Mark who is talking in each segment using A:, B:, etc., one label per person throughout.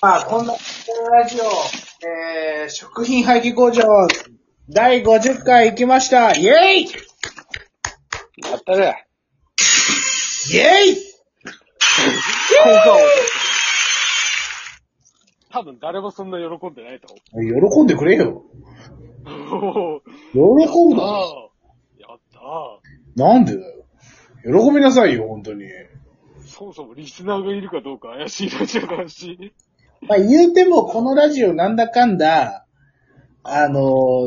A: あ、こんな、ラジオ、えー、食品廃棄工場、第50回行きました。イェイイ
B: やったね。
A: ェイ
B: 効果音。多分誰もそんな喜んでないと
A: 喜んでくれよ。
B: 思う。
A: 喜ぶ
B: や
A: な。
B: ったー
A: なんでだよ。喜びなさいよ、本当に。
B: そもそもリスナーがいるかどうか怪しいラジオだし。
A: まあ、言うても、このラジオなんだかんだ、あの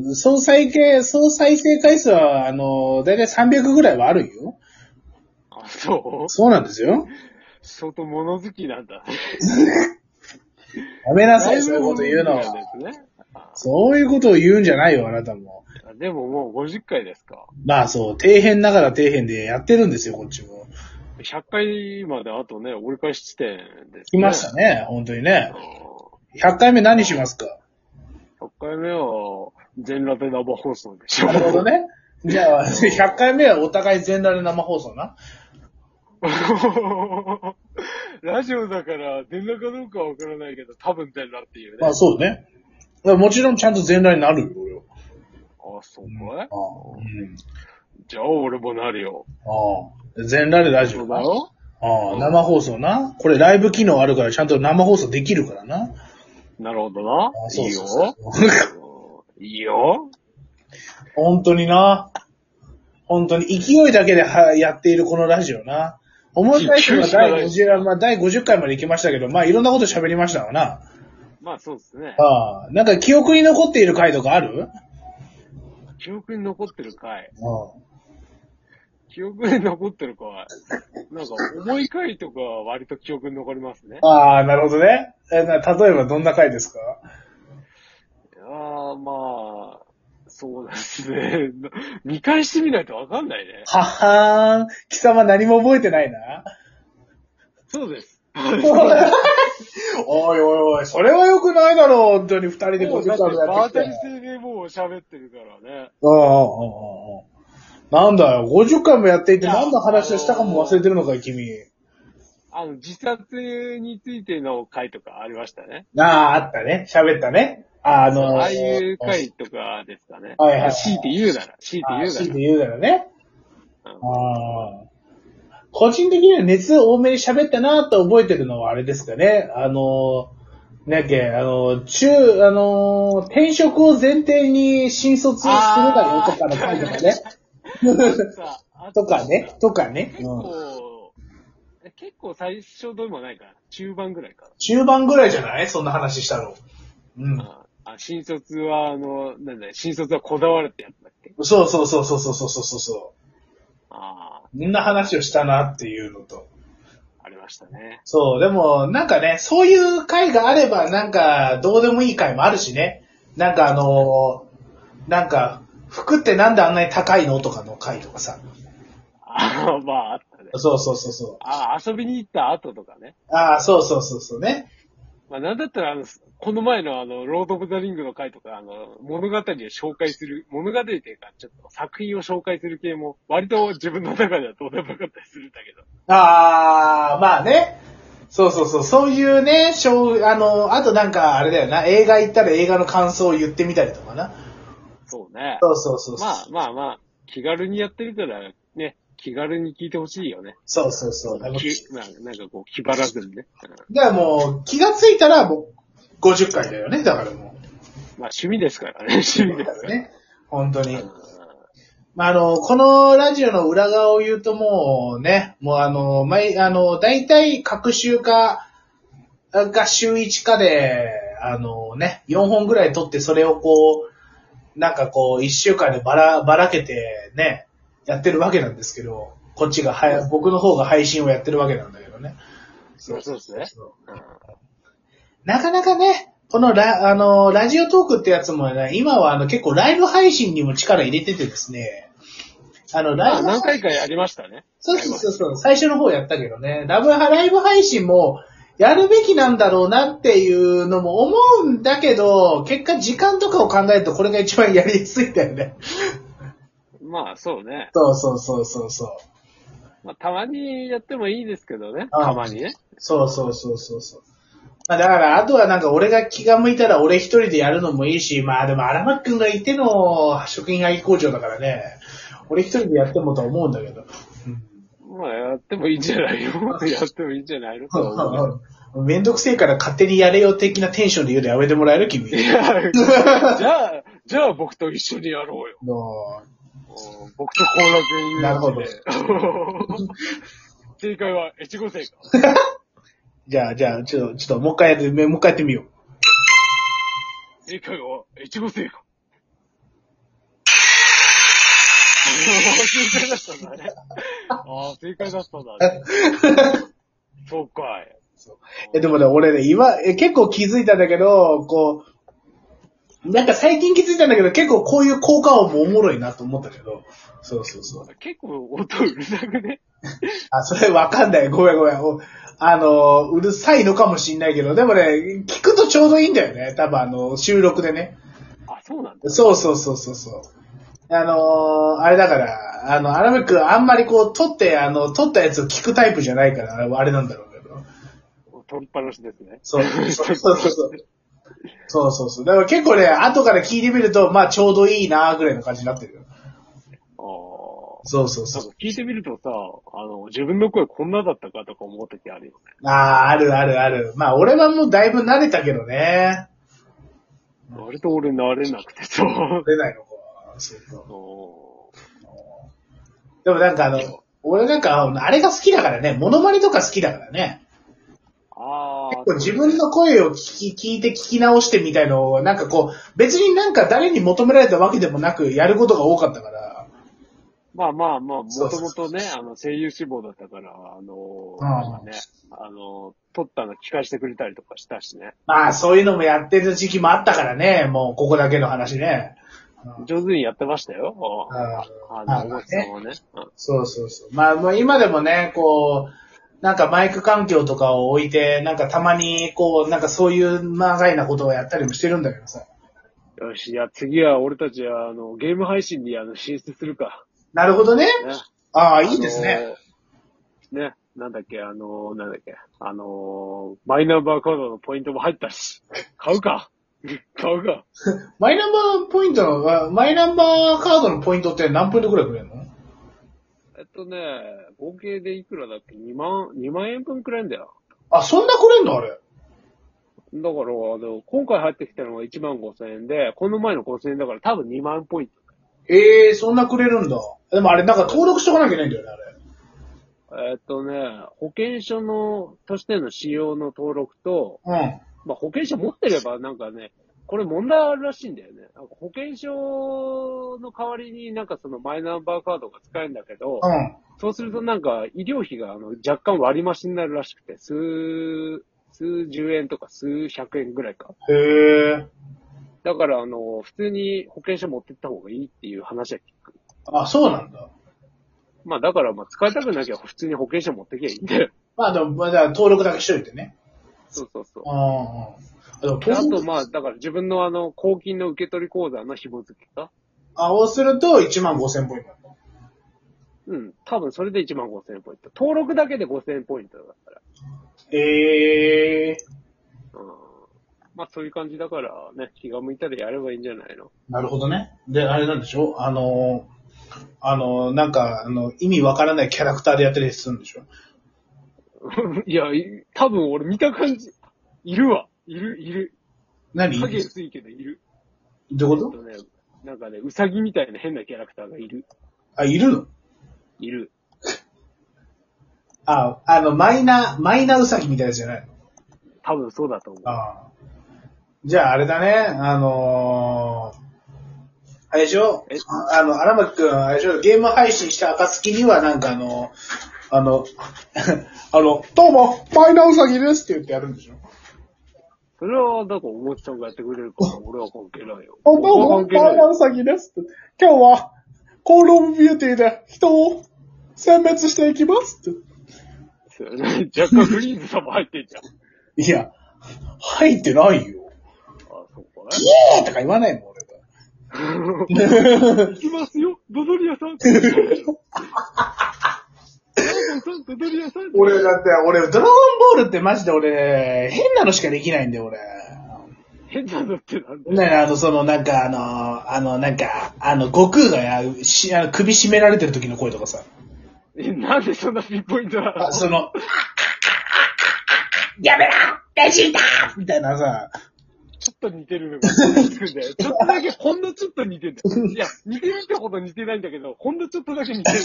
A: ー、総再生、総再生回数は、あのー、だいたい300ぐらいはあるよ。
B: あ、そう
A: そうなんですよ。
B: 相当物好きなんだ。
A: やめなさい、そういうこと言うの
B: だいぶ
A: は。
B: 物好きなんですねあ
A: そういうことを言うんじゃないよ、あなたも。
B: でももう50回ですか。
A: まあそう、底辺ながら底辺でやってるんですよ、こっちも。
B: 100回まであとね、折り返し地点です、
A: 来ました
B: ね。
A: ね、本当にね
B: あ。
A: 100回目何しますか
B: ー100回目は全裸で生放送でしょ。
A: なるほどね。じゃあ、100回 目はお互い全裸で生放送な。
B: ラジオだから、全裸かどうかはわからないけど、多分全裸っていうね。
A: まあそうね。だからもちろんちゃんと全裸になるよ、俺は。
B: あ、そうかい
A: ああ、うん。
B: じゃあ俺もなるよ。
A: ああ。全裸でラジオな。あ
B: ろ
A: あ、生放送な。これライブ機能あるからちゃんと生放送できるからな。
B: なるほどな
A: あ。
B: い
A: そう
B: い
A: そうそう
B: よ。うんいいよ。
A: 本当にな。本当に勢いだけではやっているこのラジオな。思い返せば
B: 勢いしかな
A: 第50回、まあ、第
B: い
A: 50回まで行きましたけど、まあいろんなこと喋りましたわな。
B: まあそうですね。
A: ああ、なんか記憶に残っている回とかある
B: 記憶に残ってる回。
A: う
B: 記憶に残ってる回。なんか、重い回とかは割と記憶に残ります
A: ん。。
B: ね
A: ああ、なるほどね。えな例えばどんな回ですか
B: ああ、まあ、そうですね。 見返してみないとわかんないね。
A: はっはーん。貴様何も覚えてないな。
B: そうです。
A: おいおいおい、それは良くないだろう、本当に二人で
B: もうだ
A: 50
B: って
A: 回もや
B: バ
A: って
B: ータ
A: き
B: リ
A: て。
B: 制でもう喋ってるからね。
A: ああ、ああ、ああ。なんだよ、50回もやっていて何の話をしたかも忘れてるのかい、君。
B: あの、自殺についての回とかありましたね。
A: ああ、あったね。喋ったね。ああのー、
B: ああいう回とかですかね。
A: はいはいはい
B: 強いて言うなら、強いて
A: ああ
B: 言うな
A: 強い
B: ら
A: て言うならね。
B: う
A: あ
B: ん
A: あ。個人的には熱多めに喋ったなと覚えてるのはあれですかね。あのー、なんだっけ、あのー、中、あのー、転職を前提に新卒をするだろうとかの回とかね。
B: さあ。あ
A: とかね、とかね。
B: 結
A: うん、
B: 構、え結構最初でもないかな。中盤ぐらいか
A: 中盤ぐらいじゃないそんな話したの。うん
B: な。。あ新卒は、あの、なんだよ新卒はこだわるってやつだっけ
A: そうそうそうそうそうそうそうそ
B: ああ、
A: う。みんな話をしたなっていうのと。
B: ありましたね。
A: そう、でも、なんかね、そういう回があれば、なんか、どうでもいい回もあるしね。なんかあのーなんか、服ってなんであんなに高いのとかの回とかさ。
B: ああ、まあ、あったね。
A: そうそうそうそ
B: ああ、遊びに行った後とかね。
A: う。ああ、そうそうそうそうね。
B: まあ、なんだったら、あの、この前のあの、ロード・オブ・ザ・リングの回とか、あの、物語を紹介する、物語というか、ちょっと作品を紹介する系も、割と自分の中ではどうでもよかったりするんだけど。
A: ああ、まあね。そうそうそう、そういうね、しょう、あのーあとなんか、あれだよな、映画行ったら映画の感想を言ってみたりとかな。
B: そうね。
A: そうそうそうそう。
B: まあまあまあ、気軽にやってるから、ね、気軽に聞いてほしいよね。
A: そうそうそう。あの
B: きまあ、なんかこう、気張らずにね。うん
A: だからもう、気がついたらもう、50回だよね、だからもう。
B: まあ、趣味ですからね、趣 味ですから。
A: ね。本当に。
B: う
A: まあ、あの、このラジオの裏側を言うともうね、もうあの、毎、あの、大体、各週か、が週1かで、あのね、4本ぐらい撮って、それをこう、なんかこう、1週間でばら、ばらけてね、やってるわけなんですけど、こっちがはや、僕の方が配信をやってるわけなんだけどね。
B: そうそうですね
A: そう。
B: んうん
A: なかなかね、このラ、あの、ラジオトークってやつもね、今はあの結構ライブ配信にも力入れててですね、あの、
B: ま
A: ライ
B: あ、
A: ブ
B: 何回かやりましたね。
A: そうそうそうそう、最初の方やったけどね、ラブライブ配信もやるべきなんだろうなっていうのも思うんだけど、結果時間とかを考えるとこれが一番やりやすいんだよね。
B: まあ、そうね。
A: そうそうそうそうそう。
B: まあ、たまにやってもいいですけどね。
A: ああ
B: たまにね。
A: そうそうそうそうそう。まあだから、あとはなんか俺が気が向いたら俺一人でやるのもいいし、まあでも荒牧くんがいての職員愛好長だからね、俺一人でやってもとは思うんだけど。
B: まあ、やってもいいんじゃないのやってもいいんじゃな いのとは思うけど
A: めんどくせえから勝手にやれよ的なテンションで言うのやめてもらえる君。
B: いや、じゃあ、じゃあ僕と一緒にやろうよ。
A: も
B: うん僕と後楽園遊園地で
A: なるほど。
B: 正解は、越後生か。
A: うじゃあ、じゃあ、ちょっと、ちょっと、もう一回やって、もう 一回やってみよう。
B: 正解は、越後生か。 正解だったんだね。ああ、正解だったんだ ね。そうかい。
A: え、でもね、俺ね、今、え、結構気づいたんだけど、こう、なんか最近気づいたんだけど、結構こういう効果音もおもろいなと思ったけど。そうそうそう。
B: 結構音うるさくね。
A: あ、それわかんない。ごめんごめん。おあの、うるさいのかもしんないけど、でもね、聞くとちょうどいいんだよね。多分あの、収録でね。
B: あ、そうなんだ。
A: そうそうそうそうそう。あのーあれだから、あの、アラメックあんまりこう、撮って、あの、撮ったやつを聞くタイプじゃないから、あれなんだろうけど。
B: 取りっぱなしですね。
A: そうそうそうそう。そうそうそう。だから結構ね、後から聞いてみると、まあちょうどいいなぐらいの感じになってるよ。
B: ああ。
A: そうそう
B: な
A: そ
B: んか聞いてみるとさ、あの、自分の声こんなだったかとか思うときあるよね。
A: う。ああー、あるあるある。まあ俺はもうだいぶ慣れたけどね。
B: 割と俺慣れなくてさ。
A: 出ないのか。そうか。
B: おー
A: でもなんかあの、俺なんか、あれが好きだからね、モノマネとか好きだからね。
B: あ
A: 結
B: あ
A: 構。自分の声を聞き、聞いて聞き直してみたいのを、なんかこう、別になんか誰に求められたわけでもなく、やることが多かったから。
B: まあまあまあ、も
A: そう
B: と
A: そう
B: もとね、あの、声優志望だったから、あの
A: ん
B: なんかね、あの、撮ったの聞かせてくれたりとかしたしね。
A: まあそういうのもやってる時期もあったからね、もうここだけの話ね。
B: 上手にやってましたよ。
A: うん
B: あ
A: まあ
B: の、お客さんはね。うん
A: そうそうそう。まあもう今でもね、こう、なんかマイク環境とかを置いて、なんかたまにこう、なんかそういう長いなことをやったりもしてるんだけどさ。
B: よし、いや、次は俺たちは、あの、ゲーム配信に、あの、進出するか。
A: なるほどね。
B: ね。
A: ああ、いいですね。
B: あのー。ね、なんだっけ、あのー、なんだっけ、あのー、マイナンバーカードのポイントも入ったし、 買うか買うか
A: マイナンバーポイントの、あマイナンバーカードのポイントって何ポイントくらいくれるの
B: えっとね、合計でいくらだっけ ?2 万、2万円分くらいんだよ。
A: あ、そんなくれんのあれ。
B: だから、あの、今回入ってきたのが1万5千円で、この前の5千円だから多分2万ポイント。
A: ええー、そんなくれるんだ。でもあれなんか登録しとかなきゃいけないんだよね、あれ。
B: えっとね、保険証の、としての使用の登録と、
A: うん。
B: まあ、保険証持ってれば、なんかね、これ問題あるらしいんだよね。なんか保険証の代わりになんかそのマイナンバーカードが使えるんだけど、
A: うん。
B: そうするとなんか医療費があの若干割増しになるらしくて、数、数十円とか数百円ぐらいか。
A: へえ。
B: だからあの、普通に保険証持ってった方がいいっていう話は聞く。
A: あ、そうなんだ。
B: まあだからまあ使いたくなきゃ普通に保険証持ってきゃいいんだよ。
A: まあでも、まあ、だから登録だけしといてね。
B: そうそうそう
A: うん。うん。あ、でも
B: であ
A: 登
B: と
A: 録、
B: まあ、だから自分のあの、公金の受け取り口座の紐付けか。
A: あ、をすると1万5千ポイント。
B: うん。多分それで1万5000ポイント。登録だけで5000ポイントだから。
A: ええ
B: うん。まあそういう感じだからね、気が向いたらやればいいんじゃないの
A: ー。なるほどね。で、あれなんでしょあのー、あのー、なんか、あの、意味わからないキャラクターでやったりするんでしょ
B: いや、い多分俺見た感じ、いるわ。いる、いる。
A: 何どう
B: 影
A: いう
B: 薄いけどいる。
A: こ
B: ちょっ
A: と
B: とね、なんかね、ウサギみたいな変なキャラクターがいる。
A: あ、いるの
B: いる。
A: あ、あの、マイナ、マイナウサギみたいなやつじゃないの
B: 多分そうだと思う。
A: ああ。じゃあ、あれだね、あのー、あれでしょ
B: え
A: ああの、荒牧くん、あれでしょゲーム配信した暁には、なんかあの、あの、 あの、どうも、マイナウサギですって言ってやるんでしょ
B: それは、だからおもちさんがやってくれるから、俺は関係ないよ。
A: あ、どう
B: 俺は
A: も、
B: 関係な
A: マ
B: い
A: イ
B: よ
A: ナウサギですって。今日は、コールオブビューティーで人を殲滅していきますって。
B: そうね若干フリーズさんも入ってんじゃん。
A: いや、入ってないよ。
B: あ、そうかね。
A: イエーとか言わないもん、俺は。
B: 行きますよ、ドドリアさん。なんでリアさんとドリアさんと
A: 俺、だって、俺、ドラゴンボールってマジで俺、変なのしかできないんだよ、俺。
B: 変なのってなんだよ
A: ね、あの、その、なんか、あの、あの、なんか、あの、悟空がや、し、あの、首絞められてる時の声とかさ。
B: え、なんでそんなピンポイントなの
A: あその、やめろレジだみたいなさ、
B: ちょっと似てるのが思いつくんだよ。ちょっとだけ、ほんのちょっと似てんだよ。いや、似てるってほど似てないんだけど、ほんのちょっとだけ似てる。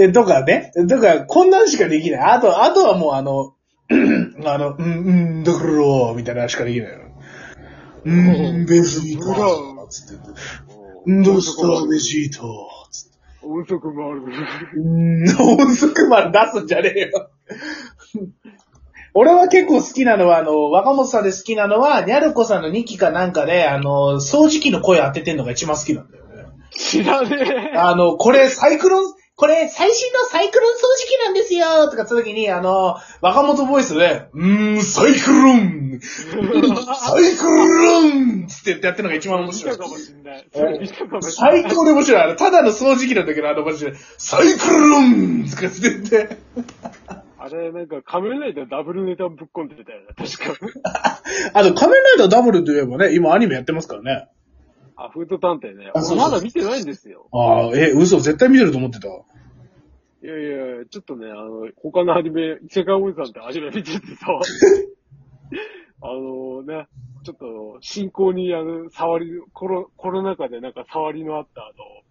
A: え、とかね。とか、こんなんしかできない。あと、あとはもうあの、あの、うん、うん、だからろ、みたいなのしかできないの。うん、ベジー
B: う
A: タ、
B: ら
A: つって。うん、どうした、ベジータ、つって。
B: 音速もある。
A: うん、音速まで出すんじゃねえよ。俺は結構好きなのは、あの、若本さんで好きなのは、ニャルコさんの2期かなんかで、あの、掃除機の声当ててんのが一番好きなんだよね。
B: 知らねえ。
A: あの、これサイクロン、これ最新のサイクロン掃除機なんですよとかつった時に、あの、若元ボイスで、うーん、サイクロンサイクロンつってやってるのが一番面
B: 見
A: 白い
B: た。かもしんない。それ見たかもしんない。
A: 最高で面白い。あの、ただの掃除機なんだけど、あの、マジで、サイクロンとかつって言って。
B: あれ、なんか、仮面ライダーダブルネタぶっ込んでたよな、確か。
A: あの、仮面ライダーダブルといえばね、今アニメやってますからね。
B: あ、フード探偵ね。
A: あそうそう
B: 俺まだ見てないんですよ。
A: ああ、え、嘘、絶対見てると思ってた。
B: いやいや、ちょっとね、あの、他のアニメ、イセカおじさんってアニメ見てて さ、あのね、ちょっと、進行に、あの、触り、コロ、コロナ禍でなんか触りのあった、あの、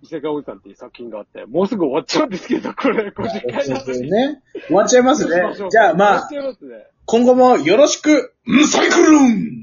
B: イセカおじさんっていう作品があって、もうすぐ終わっちゃうんですけど、これ、50回だった り。
A: ね。終わっちゃいますね。じゃあまあ
B: 終わっち、ゃいますね。
A: 今後もよろしく、うんサイクロン